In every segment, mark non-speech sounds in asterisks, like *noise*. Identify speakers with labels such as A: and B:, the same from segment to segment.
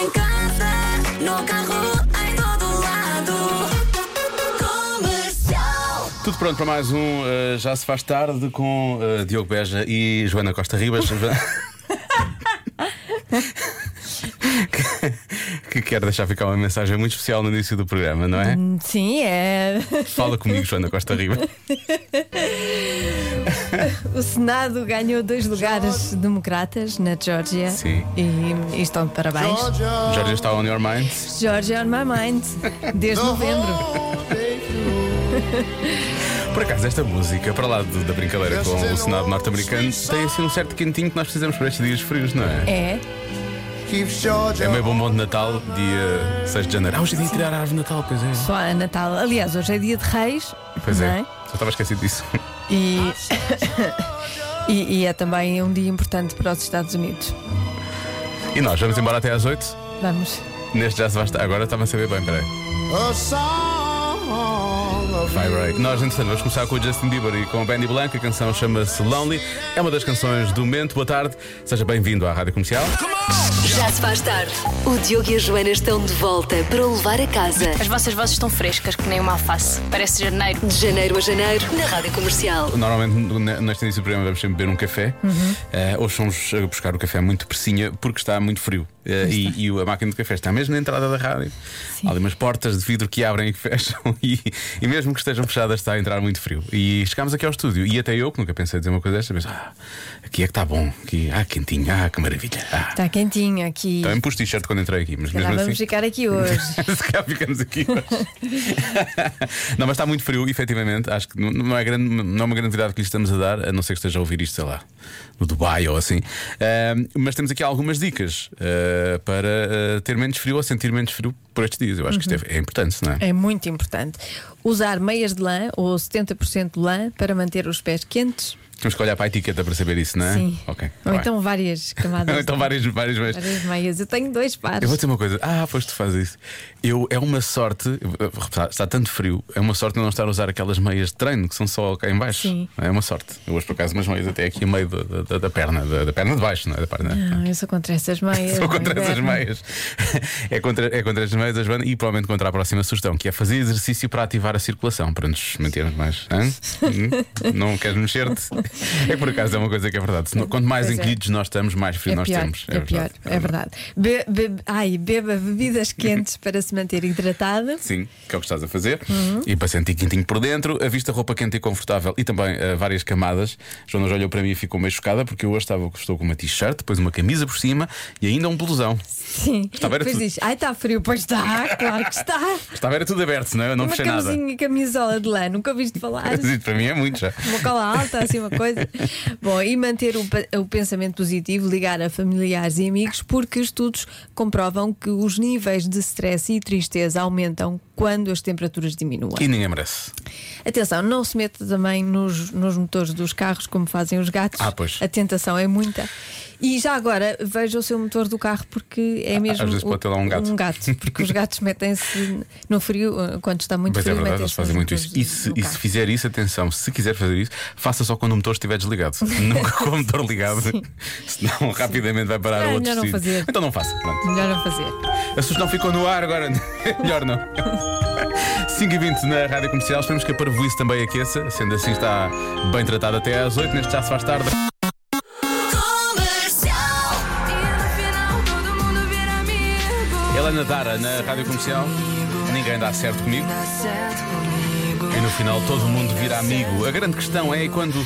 A: em casa, no carro, em todo lado. Comercial.
B: Tudo pronto para mais um eh, Já se faz tarde com eh, Diogo Beja e Joana Costa Ribas. Jo- Que- que quer deixar ficar uma mensagem muito especial no início do programa, não é?
C: Sim, é. *laughs*
B: Fala comigo, Joana Costa Ribas.
C: O Senado ganhou dois lugares democratas na Geórgia.
B: Sim.
C: E, e estão de parabéns.
B: Jorge está on your mind.
C: Georgia on my mind, desde novembro.
B: Por acaso, esta música, para lá do- da brincadeira com o Senado norte-americano, tem assim um certo quentinho que nós precisamos para estes dias frios, não é?
C: É.
B: É meio bombom de Natal, dia 6 de janeiro. Ah, hoje é dia de tirar a árvore de Natal, pois é.
C: Só a Natal. Aliás, hoje é dia de reis.
B: Pois
C: não
B: é, já estava esquecido disso. *laughs*
C: E, e, e é também um dia importante para os Estados Unidos.
B: E nós vamos embora até às 8.
C: Vamos.
B: Neste já se vai estar. Agora estava a saber bem, peraí. Vai, break. Nós, entretanto, vamos começar com o Justin Bieber e com a Benny Blanca. A canção chama-se Lonely. É uma das canções do momento. Boa tarde, seja bem-vindo à Rádio Comercial.
D: Já se faz tarde. O Diogo e a Joana estão de volta para o levar a casa.
E: As vossas vozes estão frescas, que nem uma alface. Parece janeiro.
D: De janeiro a janeiro, na Rádio Comercial.
B: Normalmente, n- neste início do programa, vamos sempre beber um café.
C: Uhum.
B: Eh, hoje fomos a buscar o café muito pressinha porque está muito frio. Eh, e, e a máquina de café está mesmo na entrada da rádio. Há ali umas portas de vidro que abrem e que *laughs* fecham. E, e mesmo que estejam fechadas, está a entrar muito frio. E chegámos aqui ao estúdio. E até eu, que nunca pensei dizer uma coisa desta, pensei, ah, aqui é que está bom. Aqui, ah, quentinho. Ah, que maravilha. Ah.
C: Está quentinho aqui.
B: Também pus t-shirt quando entrei aqui, mas
C: Calhar
B: mesmo
C: vamos
B: assim.
C: ficar
B: *laughs*
C: aqui hoje.
B: Se calhar ficamos aqui hoje.
C: *laughs*
B: Não, mas está muito frio, efetivamente. Acho que não- não é, grande, não é uma grande novidade que lhe estamos a dar, a não ser que esteja a ouvir isto, sei lá, no Dubai ou assim. Ahm, mas temos aqui algumas dicas ah, para ah, ter menos frio ou sentir menos frio por estes dias. Eu acho que isto é, é importante, não é?
C: É muito importante. Usar meias de lã ou 70% de lã para manter os pés quentes.
B: Temos que olhar para a etiqueta para saber isso, não é?
C: Sim.
B: Ok. tá
C: Ou
B: bem.
C: então várias
B: *laughs*
C: camadas.
B: Ou então várias, várias vezes.
C: Várias meias. Eu tenho dois pares.
B: Eu vou dizer uma coisa, ah, pois tu fazes isso. Eu, é uma sorte, está, está tanto frio, é uma sorte eu não estar a usar aquelas meias de treino que são só cá em baixo.
C: Sim.
B: É uma sorte. Eu hoje por acaso umas meias até aqui a meio da, da- da- da perna, da, da perna de baixo, não é? Da perna.
C: Não, eu sou contra essas meias.
B: *laughs* Sou contra
C: não Ah, é?
B: essas meias. *laughs* É contra, é contra essas meias, a Joana, e provavelmente contra a próxima sugestão, que é fazer exercício para ativar a circulação, para nos mantermos mais. hã? Hum? não queres mexer-te? *laughs* É que por acaso é uma coisa que é verdade. Se não- Quanto mais
C: Pois é.
B: encolhidos nós estamos, mais frio
C: É
B: nós
C: pior,
B: temos.
C: é, pior, é verdade. Be- be- ai,
B: *laughs*
C: beba bebidas quentes para se manter hidratada.
B: Sim, que é o que estás a fazer. E para sentir quentinho por dentro, a vista roupa quente e confortável e também eh, várias camadas. A Joana já olhou para mim e ficou meio chocada porque eu hoje estava, estou com uma t-shirt, depois uma camisa por cima e ainda um blusão.
C: Sim.
B: bem, era
C: Depois
B: tudo.
C: diz, ai, está frio, pois está, claro que está.
B: Estava era tudo aberto, não é? Eu não
C: uma
B: fechei nada. *laughs*
C: camisinha e camisola de lã, nunca ouviste falar.
B: Isso para mim é muito já.
C: Uma cola alta, assim
B: *laughs*
C: uma coisa. Bom, e manter o, pa- o pensamento positivo, ligar a familiares e amigos, porque estudos comprovam que os níveis de stress e tristeza aumentam quando as temperaturas diminuem.
B: E ninguém merece.
C: Atenção, não se meta também nos, nos motores dos carros, como fazem os gatos.
B: Ah, pois.
C: A tentação é muita. E já agora, veja o seu motor do carro, porque é mesmo.
B: às vezes
C: o-
B: pode ter lá um gato.
C: porque os gatos metem-se no frio, eh, quando está muito
B: Mas é
C: frio.
B: verdade, eles
C: metem-se
B: fazem
C: nos
B: muito isso. E
C: motores
B: se,
C: do
B: e se
C: carro.
B: fizer isso, atenção, se quiser fazer isso, faça só quando o motor estiver
C: *laughs*
B: desligado. Nunca com o motor ligado. Senão rapidamente vai parar
C: Ah,
B: a outro
C: melhor não
B: sítio.
C: fazer.
B: Então não faça. Pronto.
C: Melhor não fazer.
B: A sugestão ficou no ar agora. *laughs* Melhor não. 5 e 20 na Rádio Comercial. Esperemos que a parvoíce também aqueça. Sendo assim, está bem tratado até às 8. Neste já se faz tarde.
A: Comercial. Dia do final, todo mundo vira amigo.
B: Helena Dara na Rádio Comercial. Ninguém dá certo comigo. E no final todo mundo vira amigo. A grande questão é quando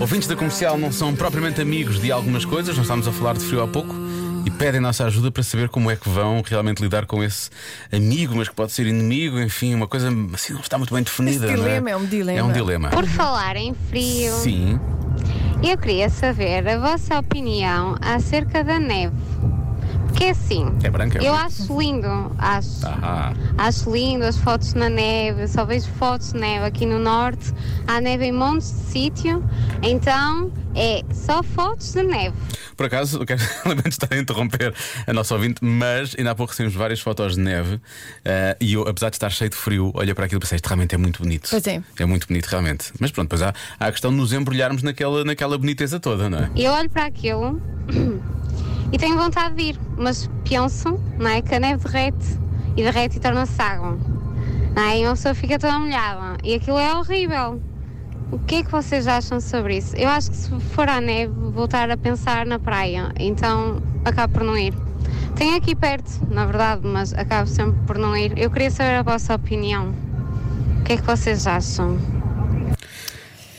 B: ouvintes da comercial não são propriamente amigos de algumas coisas, nós estávamos a falar de frio há pouco, e pedem nossa ajuda para saber como é que vão realmente lidar com esse amigo, mas que pode ser inimigo, enfim, uma coisa assim não está muito bem definida.
C: Esse
B: não
C: dilema é um dilema.
B: É um dilema.
F: Por falar em frio,
B: Sim.
F: eu queria saber a vossa opinião acerca da neve. Porque assim,
B: É branca?
F: eu acho lindo, acho,
B: Ah,
F: acho lindo as fotos na neve, só vejo fotos de neve aqui no norte, há neve em montes de sítio, então é só fotos de neve.
B: Por acaso, eu quero- *laughs* lamento estar a interromper a nossa ouvinte, mas ainda há pouco recebemos várias fotos de neve eh, e eu, apesar de estar cheio de frio, olhei para aquilo e pensei, isto realmente é muito bonito.
C: Pois é.
B: É muito bonito, realmente. Mas pronto, pois há, há a questão de nos embrulharmos naquela, naquela boniteza toda, não é?
F: Eu olho para aquilo *clears throat* E tenho vontade de ir, mas penso não é, que a neve derrete e derrete e torna-se água. Não é? E uma pessoa fica toda molhada e aquilo é horrível. O que é que vocês acham sobre isso? Eu acho que se for à neve, voltar a pensar na praia, então acabo por não ir. Tem aqui perto, na verdade, mas acabo sempre por não ir. Eu queria saber a vossa opinião. O que é que vocês acham?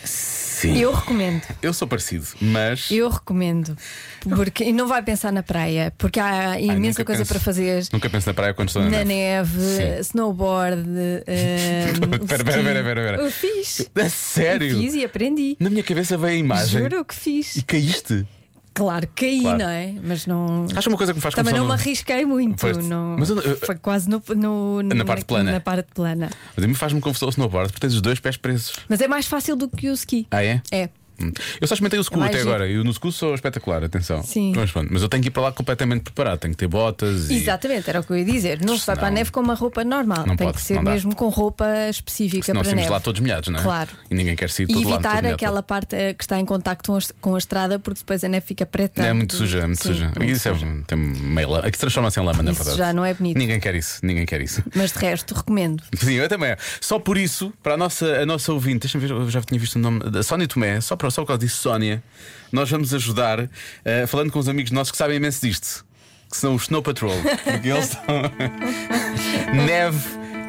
B: Sim.
C: Eu recomendo.
B: Eu sou parecido, mas.
C: Eu recomendo. Porque, e não vai pensar na praia, porque há
B: Ai,
C: imensa
B: nunca
C: coisa
B: penso-
C: para fazer.
B: Nunca penso na praia quando estou na,
C: Na
B: neve.
C: neve,
B: Sim.
C: snowboard.
B: *laughs*
C: ehm,
B: Pera, pera, pera, pera, pera.
C: Eu fiz.
B: A sério?
C: Eu fiz e aprendi.
B: Na minha cabeça veio a imagem.
C: Juro que
B: E
C: fiz.
B: caíste.
C: Claro, caí,
B: Claro.
C: não é? Mas não.
B: Acho uma coisa que me faz
C: Também não
B: confusão.
C: me arrisquei muito.
B: Pois,
C: não-
B: mas eu- eu-
C: Foi quase no, no-
B: Na parte plana.
C: Na parte plana.
B: Mas a mim faz-me confusão o snowboard porque tens os dois pés presos.
C: Mas é mais fácil do que o ski.
B: Ah, é?
C: É.
B: Hum. Eu só experimentei o Scu
C: mais
B: até
C: giro.
B: agora. E no Scu sou espetacular, atenção.
C: Sim.
B: Mas, pronto, mas eu tenho que ir para lá completamente preparado. Tenho que ter botas e.
C: Exatamente, era o que eu ia dizer. Não se vai para a
B: Senão-
C: neve com uma roupa normal.
B: Não
C: Tem
B: pode,
C: que ser
B: não dá.
C: mesmo com roupa específica
B: Senão
C: para a
B: saímos
C: neve.
B: lá todos molhados, não é?
C: Claro.
B: E ninguém quer sair todo
C: E
B: lá todo
C: evitar
B: molhado.
C: aquela parte eh, que está em contacto com a, com a estrada, porque depois a neve fica preta.
B: É muito suja, é muito
C: Sim,
B: suja.
C: muito
B: Isso é, tem meio lama. Aqui É transforma-se em lama, na
C: Isso
B: verdade.
C: já não é bonito.
B: Ninguém quer isso, ninguém quer isso.
C: Mas de resto, recomendo.
B: Sim, eu também. Só por isso, para a nossa, a nossa ouvinte, deixa-me ver, eu já tinha visto o nome da Sónia Tomé, só, para, só por causa disso, Sónia, nós vamos ajudar eh, falando com os amigos nossos que sabem imenso disto, que são os Snow Patrol, porque
C: *laughs*
B: eles são. Neve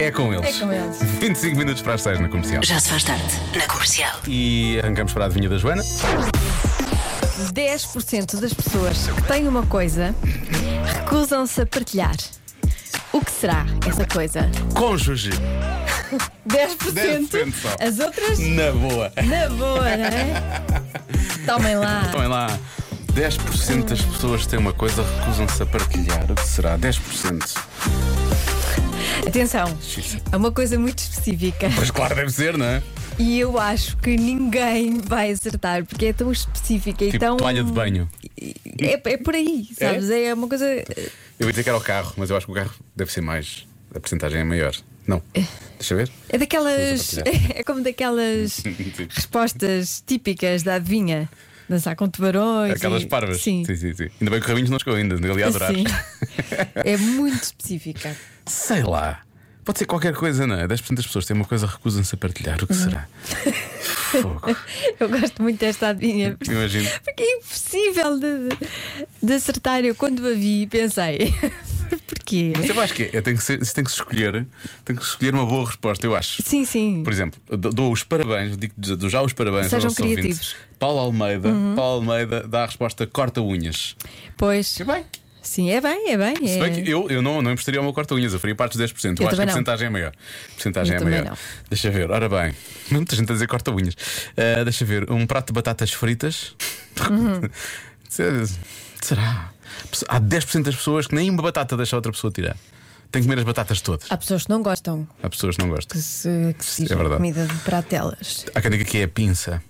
B: é com eles.
C: É com eles.
B: 25 minutos para as 6 na comercial.
D: Já se faz tarde na comercial.
B: E arrancamos para a adivinha da Joana.
C: 10% das pessoas que têm uma coisa recusam-se a partilhar. O que será essa coisa?
B: Cônjuge,
C: 10%.
B: 10% só.
C: As outras,
B: na boa.
C: na boa,
B: *laughs*
C: não é? Tomem lá.
B: Então é lá. 10% das pessoas que têm uma coisa recusam-se a partilhar. O que será? 10%.
C: Atenção, é uma coisa muito específica
B: Pois claro, deve ser, não é?
C: e eu acho que ninguém vai acertar porque é tão específica e
B: Tipo
C: tão.
B: toalha de banho.
C: É, é por aí, sabes? É, uma coisa. eh,
B: Eu ia dizer que era o carro, mas eu acho que o carro deve ser mais. A porcentagem é maior. Não. Deixa eu ver.
C: É daquelas.
B: Vamos
C: *laughs* É
B: *laughs*
C: como daquelas respostas típicas da adivinha. Dançar com tubarões.
B: Aquelas
C: e-
B: parvas.
C: é, Sim.
B: sim, sim, sim. Ainda bem que o Raminhos não chegou ainda, ele ia adorar. *laughs*
C: Sim. É muito específica.
B: Sei lá. Pode ser qualquer coisa, não é? 10% das pessoas têm uma coisa, recusam-se a partilhar. O
C: Uhum.
B: que será? Fogo.
C: Eu gosto muito desta adivinha.
B: Imagino.
C: Porque é impossível de, de- de acertar. Eu quando a vi pensei. *laughs* Porquê?
B: Mas eu acho que é, tem que, ser, tem que se escolher, tem que se escolher uma boa resposta, eu acho.
C: Sim, sim.
B: Por exemplo, eu dou- dou os parabéns, digo dou já os parabéns
C: Sejam
B: aos nossos ouvintes.
C: criativos. Uhum.
B: Paulo Almeida, Paulo Almeida dá a resposta corta-unhas.
C: Pois.
B: E bem,
C: Sim, é bem, é bem.
B: Se bem
C: é-
B: que eu, eu não, não emprestaria uma corta-unhas, eu faria parte dos 10%. Eu,
C: Eu
B: acho que a
C: também não.
B: porcentagem é maior. A porcentagem
C: Eu
B: é
C: também
B: maior.
C: não.
B: Deixa ver, ora bem, *laughs* muita gente a dizer corta-unhas. Ah, deixa ver, um prato de batatas fritas.
C: Uhum.
B: Se- *laughs* Será? Há 10% das pessoas que nem uma batata deixa a outra pessoa tirar. Tem que comer as batatas todas.
C: Há pessoas que não gostam
B: Há pessoas que não gostam.
C: que se, que se
B: É
C: sirva
B: verdade.
C: comida de- para telas.
B: Há quem diga que é a pinça.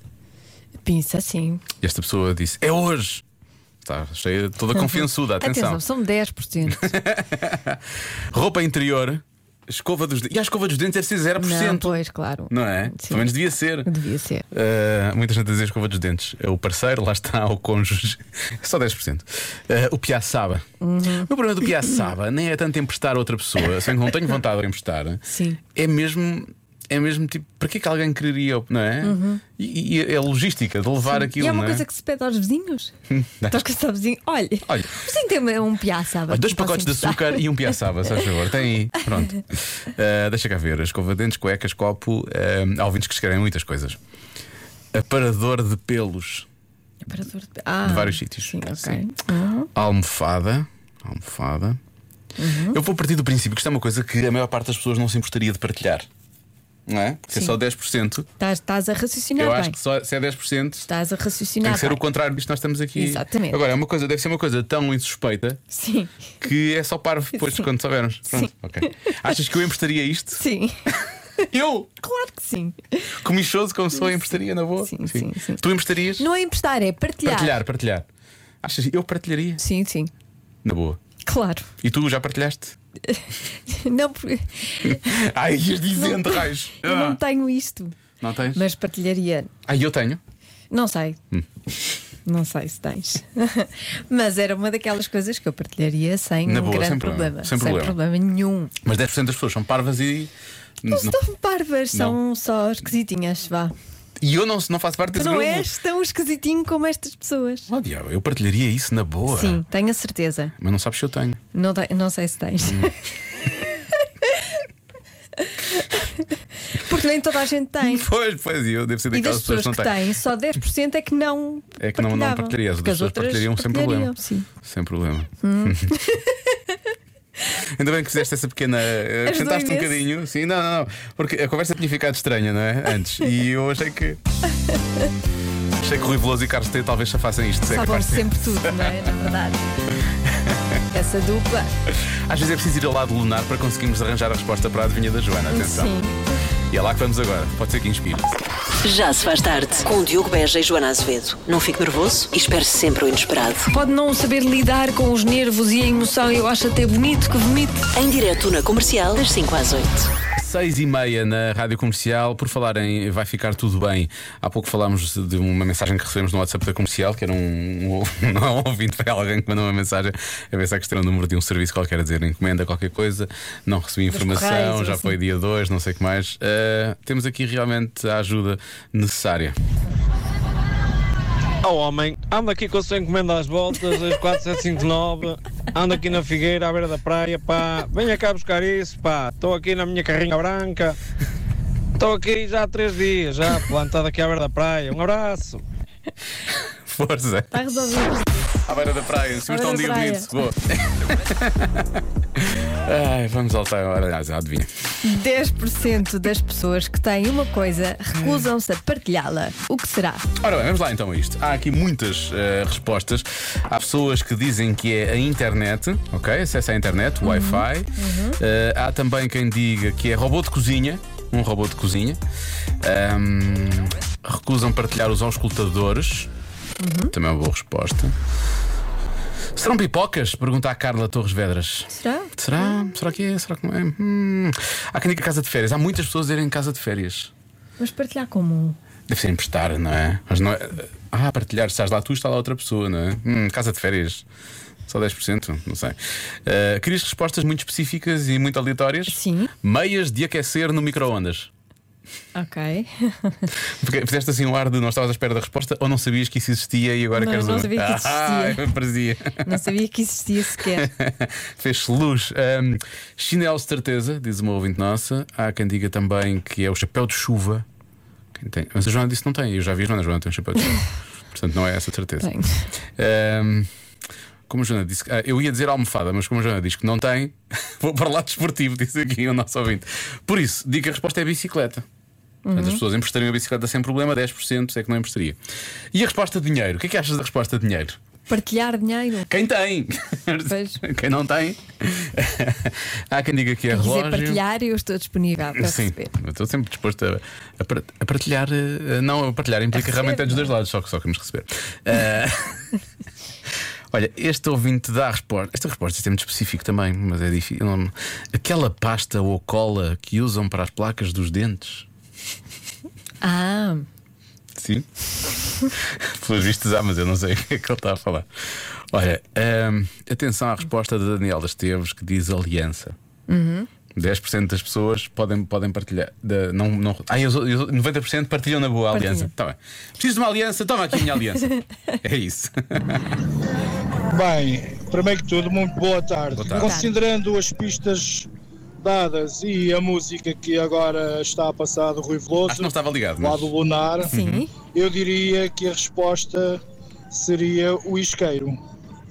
C: Pinça, sim.
B: E esta pessoa disse: É hoje! Está cheia, toda confiançuda, atenção.
C: Uhum. Atenção, são 10%.
B: *laughs* Roupa interior, escova dos dentes. E a escova dos dentes deve ser 0%.
C: não, pois, claro.
B: Não é?
C: Sim.
B: Pelo menos devia ser.
C: Devia ser.
B: Uh, muita gente a dizer escova dos dentes. É O parceiro, lá está, o cônjuge. *laughs* É só 10%. Uh, o piaçaba.
C: Uhum.
B: O meu problema do piaçaba nem é tanto emprestar a outra pessoa, sendo que não tenho vontade de emprestar.
C: Sim.
B: É mesmo. É mesmo tipo, para que é que alguém quereria, não é? E, e é logística de levar aquilo.
C: Uhum. E é uma
B: não Hum,
C: coisa que se pede aos vizinhos. *laughs* Toca-se ao vizinho. Olha,
B: Olha.
C: o vizinho tem uma- um piaça.
B: Olha, Dois pacotes de açúcar e um piaçaba, se faz favor. Tem
C: *laughs*
B: aí. Pronto. Uh, deixa cá ver. Escova de dentes, cuecas, copo. Uh, há ouvintes que escrevem muitas coisas. Aparador de pelos.
C: *laughs*
B: de vários sítios.
C: Ah, Sim, ok.
B: Sim. Almofada. Almofada.
C: Uhum.
B: Eu vou partir do princípio que isto é uma coisa que a maior parte das pessoas não se importaria de partilhar. Não é? Porque se é só 10%.
C: Estás, estás a raciocinar
B: eu
C: bem.
B: acho que só, se é 10%.
C: Estás a raciocinar
B: Tem que ser
C: bem.
B: o contrário disto que nós estamos aqui.
C: Exatamente.
B: Agora, é uma coisa, deve ser uma coisa tão insuspeita
C: Sim,
B: que é só parvo depois
C: Sim.
B: quando soubermos. Pronto,
C: Sim.
B: ok. Achas que eu emprestaria isto?
C: sim. *laughs*
B: Eu,
C: claro que sim.
B: comichoso como sou, emprestaria na boa.
C: Sim, sim, sim.
B: Tu emprestarias?
C: Não é emprestar, é partilhar.
B: Partilhar, partilhar. Achas eu partilharia?
C: Sim, sim.
B: Na boa.
C: Claro. *laughs*
B: E tu já partilhaste?
C: Não, porque-
B: Ai, ias dizendo, raios.
C: eu
B: Ah.
C: não tenho isto,
B: Não tens?
C: mas partilharia.
B: Ai, eu tenho.
C: Não sei. Não sei se tens. *laughs* Mas era uma daquelas coisas que eu partilharia sem
B: Na
C: um
B: boa,
C: grande
B: sem problema,
C: problema.
B: sem problema.
C: nenhum.
B: Mas 10% das pessoas são parvas e.
C: Não se tão parvas,
B: Não.
C: são só esquisitinhas, vá.
B: E eu não, não faço parte
C: Tu
B: desse
C: não
B: grupo.
C: és tão esquisitinho como estas pessoas.
B: Oh, diabo, eu partilharia isso na boa.
C: Sim, tenho a certeza.
B: Mas não sabes se eu tenho.
C: Não, te- não sei se tens.
B: Hum.
C: *laughs* Porque nem toda a gente tem.
B: *laughs* Pois, pois, e eu devo ser
C: E
B: Hum, daquelas
C: das pessoas
B: que
C: que
B: não têm.
C: têm, só 10% é que não.
B: É que não, não
C: partilhavam.
B: partilharia, as
C: Porque
B: outras pessoas partilhariam sem problema.
C: partilhariam, Sim. Hum.
B: Sem problema. *laughs* Ainda bem que fizeste essa pequena. eh,
C: Ajudou
B: Acrescentaste um
C: imenso.
B: bocadinho. Sim, não, não, não. Porque a conversa tinha ficado estranha, não é? Antes. E eu achei que.
C: *laughs*
B: Achei que Rui Veloso e Carlos T talvez chafassem isto. se é
C: Sabem
B: capaz de ser.
C: sempre tudo, não é? Na *laughs* verdade. Essa dupla.
B: Às vezes é preciso ir ao lado lunar para conseguirmos arranjar a resposta para a adivinha da Joana. Atenção.
C: Sim.
B: E é lá que vamos agora. Pode ser que inspire.
D: Já se faz tarde com Diogo Beja e Joana Azevedo. Não fique nervoso e espere sempre o inesperado.
G: Pode não saber lidar com os nervos e a emoção. Eu acho até bonito que vomite.
D: Em direto na comercial, das 5 às 8.
B: Seis e meia na Rádio Comercial, por falar em vai ficar tudo bem. Há pouco falámos de uma mensagem que recebemos no WhatsApp da Comercial, que era um, *laughs* um, não é um ouvinte, foi alguém que mandou uma mensagem a ver se a questão o número de um serviço qualquer, a dizer encomenda qualquer coisa, não recebi
C: correios
B: informação,
C: ou
B: já
C: assim.
B: foi dia 2, não sei o que mais. Ah, temos aqui realmente a ajuda necessária. *laughs*
H: Ó homem, anda aqui com a sua encomenda às voltas, às 4759, anda aqui na Figueira, à beira da praia, pá, venha cá buscar isso, pá, estou aqui na minha carrinha branca, estou aqui já há três dias, já plantado aqui à beira da praia, um abraço.
B: Força!
C: Está resolvido.
B: À beira da praia, em cima
C: À
B: está um dia
C: beira da
B: bonito.
C: *laughs*
B: Boa. Ai, vamos voltar agora. Ah, já adivinha.
C: 10% das pessoas que têm uma coisa recusam-se a partilhá-la. O que será?
B: Ora bem, vamos lá então a isto. Há aqui muitas eh, respostas. Há pessoas que dizem que é a internet, ok? Acesso à internet,
C: Uhum.
B: Wi-Fi. Eh, há também quem diga que é robô de cozinha, um robô de cozinha. Ahm, recusam partilhar os auscultadores.
C: Uhum.
B: Também é uma boa resposta. Serão pipocas? Pergunta a Carla Torres Vedras.
C: Será?
B: Será? Será que é? Será que não é? Hum. Há quem diga casa de férias. Há muitas pessoas a dizerem casa de férias.
C: Mas partilhar
G: um.
C: como?
B: Deve ser emprestar, não é? Mas não é. Ah, partilhar, estás lá tu, está lá outra pessoa, não é? Hum, casa de férias. Só 10%, não sei. Ah, querias respostas muito específicas e muito aleatórias?
C: Sim.
B: Meias de aquecer no micro-ondas.
C: Ok. *laughs*
B: Porque Fizeste assim um ar de não estavas à espera da resposta ou não sabias que isso existia e agora
C: Não,
B: queres
C: não
B: uma?
C: sabia que existia.
B: Ah, *laughs* parecia.
C: Não sabia que existia sequer.
B: *laughs* Fez-se luz. Ahm, chinelos de certeza, diz uma ouvinte nossa. Há quem diga também que é o chapéu de chuva. Quem tem? Mas a Joana disse que não tem. Eu já vi a Joana, a Joana tem um chapéu de chuva. Portanto, não é essa a certeza.
C: Tenho.
B: Ahm, como a Joana disse, ah, eu ia dizer almofada, mas como a Joana diz que não tem, *laughs* vou para o lado desportivo, disse aqui o nosso ouvinte. Por isso, digo que a resposta é bicicleta. Portanto, as pessoas emprestariam a bicicleta sem problema, 10% é que não emprestaria. E a resposta de dinheiro? O que é que achas da resposta de dinheiro?
C: Partilhar dinheiro.
B: Quem tem?
C: Pois.
B: *laughs* Quem não tem? Há quem diga que é
C: Quem quiser
B: relógio.
C: partilhar, eu estou disponível para
B: Sim,
C: receber.
B: eu estou sempre disposto a, a par- a partilhar. eh, Não, a partilhar implica
C: receber,
B: realmente é dos
C: não é?
B: dois lados, só que só queremos receber. Ah, *laughs* Olha, este ouvinte dá a resposta. Esta resposta isto é muito específico também, mas é difícil. Não- Aquela pasta ou cola que usam para as placas dos dentes.
C: Ah,
B: Sim. Pelos vistos há, mas eu não sei *laughs* o que é que ele está a falar. Olha, ahm, atenção à resposta da Daniela Esteves que diz aliança. 10% das pessoas podem, podem partilhar. Da- não, não, ah, e os outros- e os outros 90% partilham na boa a
C: Partilham.
B: aliança. Tá bem. Preciso de uma aliança, toma aqui a minha aliança. é isso. *laughs*
I: Bem, primeiro que tudo, muito boa tarde.
B: Boa tarde.
I: Considerando as pistas dadas e a música que agora está a passar do Rui
B: Acho que não
I: Veloso,
B: estava ligado.
I: lá do
B: Mas...
I: Lunar,
C: sim.
B: Uhum.
I: eu diria que a resposta seria o isqueiro,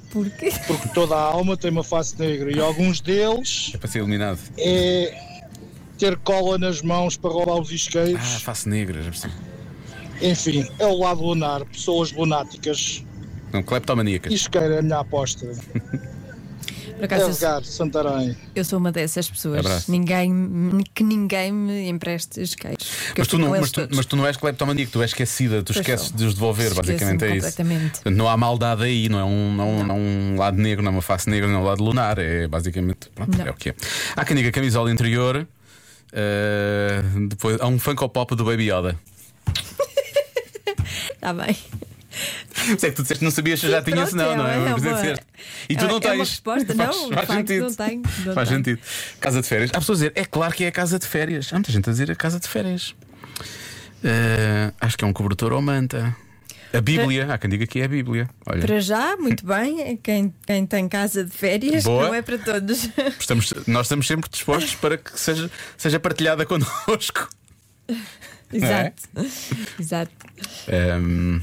C: Porque
I: porque toda a alma tem uma face negra e alguns deles
B: É para ser eliminado.
I: é ter cola nas mãos para roubar os
B: Ah,
I: isqueiros.
B: face negra, já percebi.
I: Enfim, é o lado lunar, pessoas lunáticas.
B: Não, cleptomaníacas.
I: Isqueiro é a minha aposta. É
C: por acaso eu sou,
I: Edgar, Santarém.
C: eu sou uma dessas pessoas.
B: Abraço.
C: Ninguém me- que ninguém me empreste isqueiros. Porque eu
B: Mas tu,
C: fico
B: não,
C: com
B: mas,
C: eles
B: tu,
C: todos.
B: mas tu não és cleptomaníaco, tu és esquecida, tu
C: Pois
B: esqueces
C: sou.
B: de os devolver,
C: Esqueço-me
B: basicamente é isso.
C: completamente.
B: Portanto, não há maldade aí, não é um, não, não é um lado negro, não é uma face negra, não é um lado lunar, é basicamente pronto,
C: Não.
B: é o que é. Há quem diga camisola interior, eh, depois há um funk pop do Baby Yoda.
C: Está Tá bem.
B: *laughs* Mas é que tu disseste que não sabias se eu já
C: Sim,
B: tinha isso,
C: pronto,
B: não, não é?
C: é uma-
B: Mas
C: é uma-
B: disseste. E
C: é
B: tu
C: uma-
B: não
C: é
B: tens.
C: uma resposta, não, de
B: faz
C: facto,
B: sentido.
C: não tenho, não
B: faz
C: tenho.
B: sentido. Casa de férias. Há pessoas a dizer, é claro que é a casa de férias. Há muita gente a dizer a casa de férias. Ah, acho que é um cobertor ou manta. A Bíblia, há quem diga que é a Bíblia. Olha,
C: Para já, muito bem, É quem, quem tem casa de férias,
B: Boa.
C: não é para todos.
B: estamos- nós estamos sempre dispostos para que seja, seja partilhada connosco.
C: *laughs* Exato. Exato.
B: Ahm, Ehm,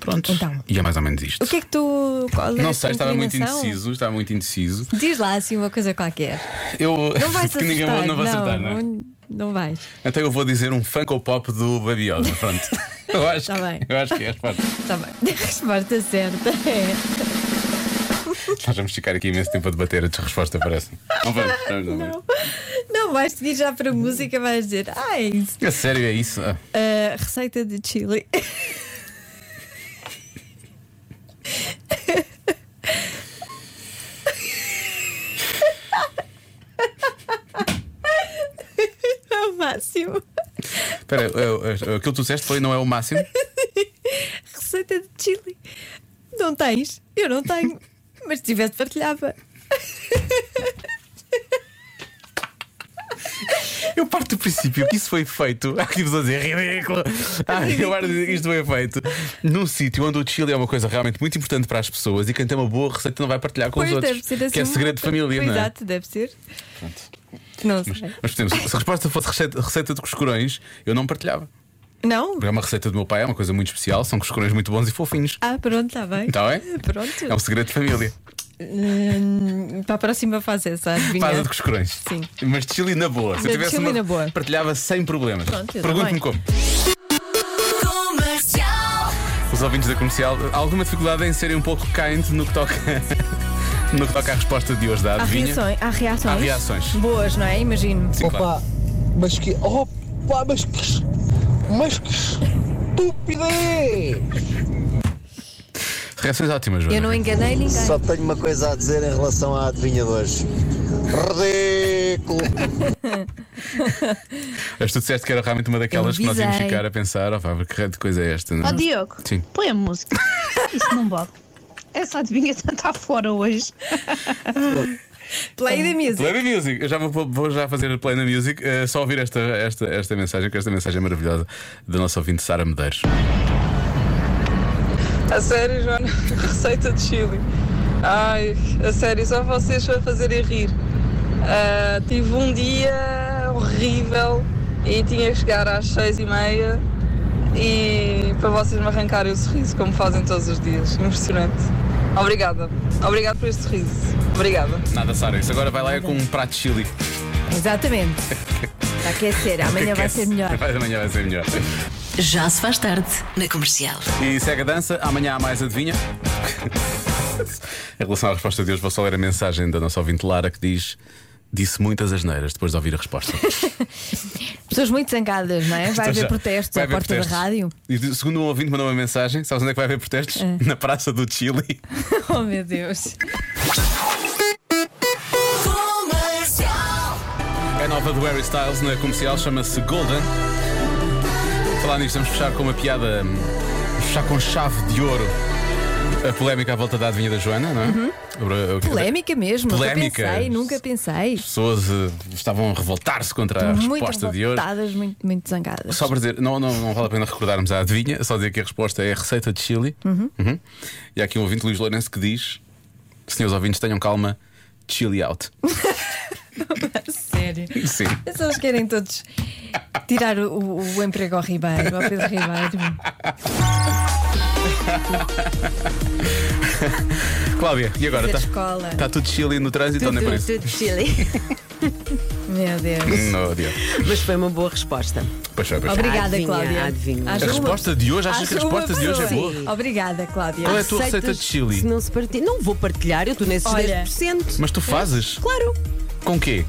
B: pronto.
C: Então.
B: E é mais ou menos isto.
C: O que é que tu. Qual é a
B: Não sei, estava muito
C: inclinação?
B: indeciso, estava muito indeciso.
C: Diz lá assim uma coisa qualquer.
B: Eu
C: Não vais
B: *laughs* que ninguém
C: acertar.
B: não vai acertar, não é?
C: não vais.
B: Então eu vou dizer um Funko Pop do Babiosa,
C: *laughs*
B: pronto. Eu acho,
C: Tá
B: que-
C: bem.
B: eu acho que é a resposta.
C: Está Tá bem. *laughs* A resposta certa é.
B: Nós vamos ficar aqui imenso tempo a debater a tua resposta, parece. Não vamos, vamos, não vamos.
C: Não vais seguir já para a música, vais dizer. Ah, é isso.
B: A sério, é isso? Ah,
C: Ah, receita de chili. É o máximo.
B: Espera, eu- eu- aquilo que tu disseste foi não é o máximo?
C: Receita de chili. Não tens? Eu não tenho. Mas se tivesse, partilhava.
B: Eu parto do princípio que isso foi feito. *laughs* Há aqui pessoas a dizer
C: *laughs*
B: ridículo. Ah, eu parto de dizer que isto foi feito num sítio onde o Chile é uma coisa realmente muito importante para as pessoas e quem tem uma boa receita não vai partilhar com
C: Pois
B: os outros.
C: deve ser assim.
B: que é segredo de família, não é?
C: Exato, deve ser. Não sei.
B: Mas, por exemplo, se a resposta fosse receita, receita de coscorões, eu não partilhava.
C: Não?
B: Porque é uma receita do meu pai, é uma coisa muito especial, são coscorões muito bons e fofinhos.
C: Ah, pronto, está bem.
B: Está bem?
C: *laughs* Pronto.
B: É um segredo de família.
C: Hum, para a próxima faz essa
B: Fada
C: adivinha.
B: de coscorões.
C: Sim.
B: Mas de chili na boa. Se eu
C: De
B: tivesse
C: chili
B: uma,
C: na boa.
B: partilhava sem problemas.
C: Pronto, eu
B: Pergunte-me
C: também.
B: como.
A: Comercial.
B: Os ouvintes da comercial, alguma dificuldade em serem um pouco kind no que toca, *laughs* no que toca à resposta de hoje da
C: Há
B: adivinha?
C: reações, há reações.
B: Há reações.
C: Boas, não é? Imagino.
B: Sim, claro.
J: Opa, mas que. Opa, mas que. Mas que é! estupidez!
B: Reações ótimas, Joana.
C: Eu não enganei ninguém.
J: Só tenho uma coisa a dizer em relação à adivinha de hoje. Ridículo!
B: Mas tu disseste que era realmente uma daquelas que nós íamos
C: avisei.
B: ficar a pensar, ó, oh, que raio de coisa é esta? não é?
K: Ó Diogo,
B: Sim.
K: põe a música. Isso não vale. Essa adivinha está fora hoje.
C: Play the music.
B: Play the music. Eu já vou, vou já fazer play na music. eh, só ouvir esta, esta, esta mensagem, que esta mensagem é maravilhosa da nossa ouvinte Sara Medeiros.
L: A sério, Joana, *laughs* receita de chili. Ai, a sério, só vocês para fazerem rir. Ah, tive um dia horrível e tinha que chegar às seis e meia e para vocês me arrancarem o sorriso, como fazem todos os dias. Impressionante. Obrigada. Obrigada por este sorriso. Obrigada.
B: Nada, Sara, isso agora vai lá é com um prato de chili.
C: Exatamente. Está a aquecer, amanhã vai ser melhor.
B: Vai- Amanhã vai ser melhor.
D: Já se faz tarde na comercial.
B: E segue a dança, amanhã há mais adivinha. em relação à resposta de hoje, vou só ler a mensagem da nossa ouvinte Lara que diz: Disse muitas asneiras depois de ouvir a resposta.
C: Pessoas muito zangadas, não
B: *laughs*
C: é? Vai
B: Então já-
C: haver protestos
B: vai
C: à
B: haver
C: porta
B: protestos.
C: da rádio. *laughs* Ah.
B: E de- segundo um ouvinte mandou uma mensagem: Sabes onde é que vai haver protestos? Na Praça do Chile.
C: Oh meu Deus.
A: Comercial.
B: É nova do Harry Styles na comercial, chama-se Golden. Falar nisto, vamos fechar com uma piada, hum, fechar com chave de ouro. A polémica à volta da adivinha da Joana, não é? Sobre- o que-
C: Uhum. Polémica mesmo.
B: Polémica.
C: Nunca pensei, nunca pensei.
B: Pessoas eh, estavam a revoltar-se contra a
C: Muito
B: resposta de hoje.
C: revoltadas, muito, muito zangadas.
B: Só para dizer, não, não, não vale a pena recordarmos a adivinha, só dizer que a resposta é a receita de chili. Uhum. E há aqui um ouvinte, Luís Lourenço, que diz: Senhores ouvintes, tenham calma, chili out. *laughs*
C: Sério. *laughs*
B: Sim.
C: As pessoas querem todos tirar o, o emprego ao Ribeiro, ao Pedro Ribeiro.
B: Cláudia, e agora?
C: Fazer
B: Está
C: escola.
B: tá tudo chili no trânsito ou nem por isso?
K: Chile.
C: Meu Deus.
B: Não, Diogo.
K: Mas foi uma boa resposta.
B: Pois é, pois é.
C: Obrigada,
K: Adivinha,
C: Cláudia.
K: adivinha.
C: Acho
B: A
C: uma-
B: resposta de hoje, achas
C: acho
B: que a resposta
C: uma
B: de hoje é
C: pessoa.
B: boa?
C: Sim. Obrigada, Cláudia.
B: Qual é a tua receita de
K: Se
B: chili?
K: não se partilha, não vou partilhar, eu estou nesses
C: Olha.
K: 10%.
B: Mas tu fazes?
K: Claro,
B: Com quê?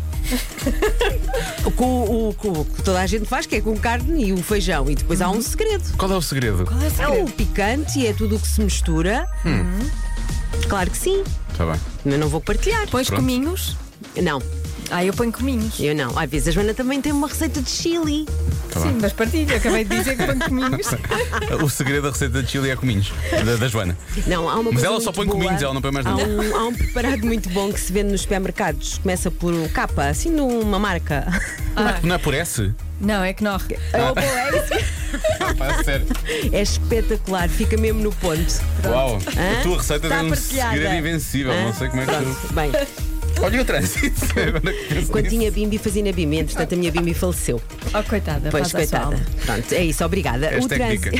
K: com, o- com o que toda a gente faz, que é com carne e o feijão. E depois
D: Uhum.
K: há um segredo.
B: Qual é o segredo?
K: É o picante e é tudo o que se mistura. Claro que sim,
B: Está Tá bem.
K: mas não vou partilhar.
C: Pões
B: Pronto.
C: cominhos?
K: Não,
C: Ah, eu ponho cominhos.
K: eu não. Às vezes a Joana também tem uma receita de chili.
B: Tá
C: Sim,
B: bem.
C: mas partilha, acabei de dizer que põe cominhos.
B: O segredo da receita de chili é cominhos, da, da Joana.
K: Não, há uma
B: Mas
K: coisa
B: ela só
K: muito
B: põe
K: boa.
B: cominhos, ela não põe mais nada.
K: Há um, há um preparado muito bom que se vende nos supermercados. Começa por capa, assim numa marca.
B: Não é por S?
C: Não, é que não.
K: Ah, bom, é isso.
B: Pá, sério.
K: *laughs* É espetacular, fica mesmo no ponto.
B: Uau,
K: Hã?
B: a tua receita
K: Está
B: tem um
K: partilhada.
B: segredo invencível.
K: Hã?
B: Não sei como é que tu.
K: Bem,
B: Olha o trânsito. Agora que penso
K: quando
B: nisso.
K: tinha Bimbi fazia na Bimbi, entretanto a minha Bimbi faleceu.
C: Oh, coitada,
K: Pois,
C: faz a sua
K: coitada.
C: alma.
K: Pronto, é isso, obrigada.
B: Esta é a dica.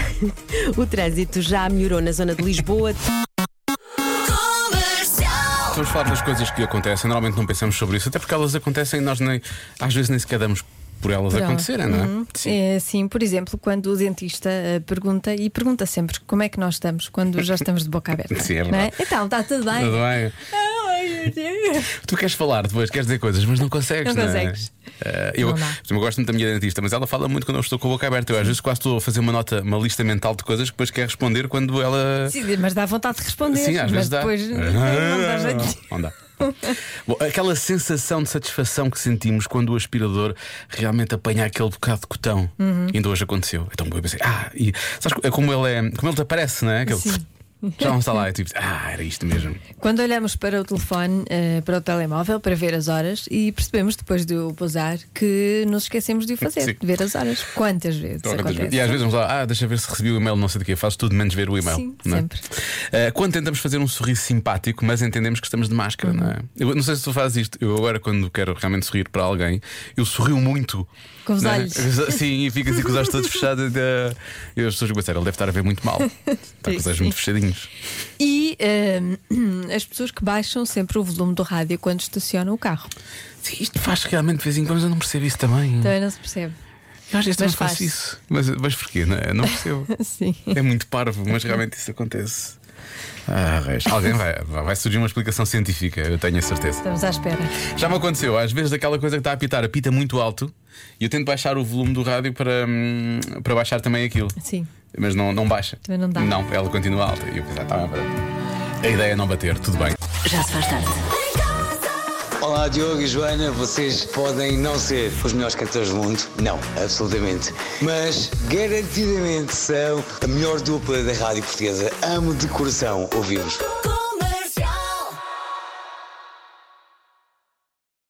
K: o trânsito *laughs* já melhorou na zona de Lisboa.
B: Vamos falar das coisas que acontecem. Normalmente não pensamos sobre isso, até porque elas acontecem e nós nem, às vezes nem sequer damos por elas
C: Pronto.
B: acontecerem, não é?
C: Uhum. É, sim, por exemplo, quando o dentista eh, pergunta e pergunta sempre como é que nós estamos quando já estamos de boca
B: *laughs*
C: aberta.
B: Sim, é
C: não
B: verdade.
C: Então, está tudo bem. Ah,
B: Tudo bem. Tu queres falar depois, queres dizer coisas, mas não consegues,
C: Não
B: não,
C: consegues.
B: É? Eh, eu,
C: Não dá.
B: por exemplo, eu gosto muito da minha dentista, mas ela fala muito quando eu estou com a boca aberta. Eu às vezes quase estou a fazer uma nota, uma lista mental de coisas que depois quer responder quando ela.
C: Sim, mas dá vontade de responder.
B: Sim, às
C: mas
B: vezes dá. Ah,
C: depois eh, não dá jeito. nenhum.
B: Não dá. Bom, aquela sensação de satisfação que sentimos quando o aspirador realmente apanha aquele bocado de cotão.
C: Uhum.
B: Ainda hoje aconteceu. Então eu pensei, ah, e sabes co- é como ele é, como ele te aparece, não é? Aquele
C: Sim.
B: *laughs* já não está lá, é tipo, ah, era isto mesmo.
C: Quando olhamos para o telefone, eh, para o telemóvel, para ver as horas e percebemos depois de o pousar que nos esquecemos de o fazer,
B: Sim.
C: de ver as horas. Quantas vezes
B: Então, quantas vezes-
C: acontece?
B: E às vezes vamos lá, ah, deixa ver se recebi o e-mail, não sei do que, faz tudo menos ver o e-mail.
C: Sim,
B: não é?
C: sempre.
B: Ah, quando tentamos fazer um sorriso simpático, mas entendemos que estamos de máscara, não é?
C: Uhum.
B: Eu não sei se tu fazes isto, eu agora, quando quero realmente sorrir para alguém, eu sorrio muito.
C: Com os
B: não é?
C: olhos.
B: Sim, e fica assim com os olhos todos fechados.
C: *laughs*
B: eh, E as pessoas ficam a sério, ele deve estar a ver muito mal. Está com os olhos muito fechadinhos.
C: E eh, *clears throat* as pessoas que baixam sempre o volume do rádio quando estacionam o carro.
B: Sim, isto faz realmente de vez em quando, mas eu não percebo isso também.
C: Também não se percebe.
B: Eu às vezes também
C: Mas
B: faço
C: faz.
B: isso. Mas, mas porquê? Não,
C: *laughs*
B: é? não percebo.
C: Sim.
B: É muito parvo, mas realmente isso acontece. Ah, reis. Alguém vai, vai surgir uma explicação científica, eu tenho a certeza.
C: Estamos à espera.
B: Já me aconteceu, às vezes aquela coisa que está a apitar apita muito alto e eu tento baixar o volume do rádio para, hum, para baixar também aquilo.
C: Sim.
B: Mas não, não baixa.
C: Também não dá.
B: Não, ela continua alta. E eu pensava, tá bem, pronto. a ideia é não bater, tudo bem.
D: Já se faz tarde.
M: *laughs* Olá Diogo e Joana, vocês podem não ser os melhores cantores do mundo, não, absolutamente, mas garantidamente são a melhor dupla da rádio portuguesa. Amo de coração ouvir-vos.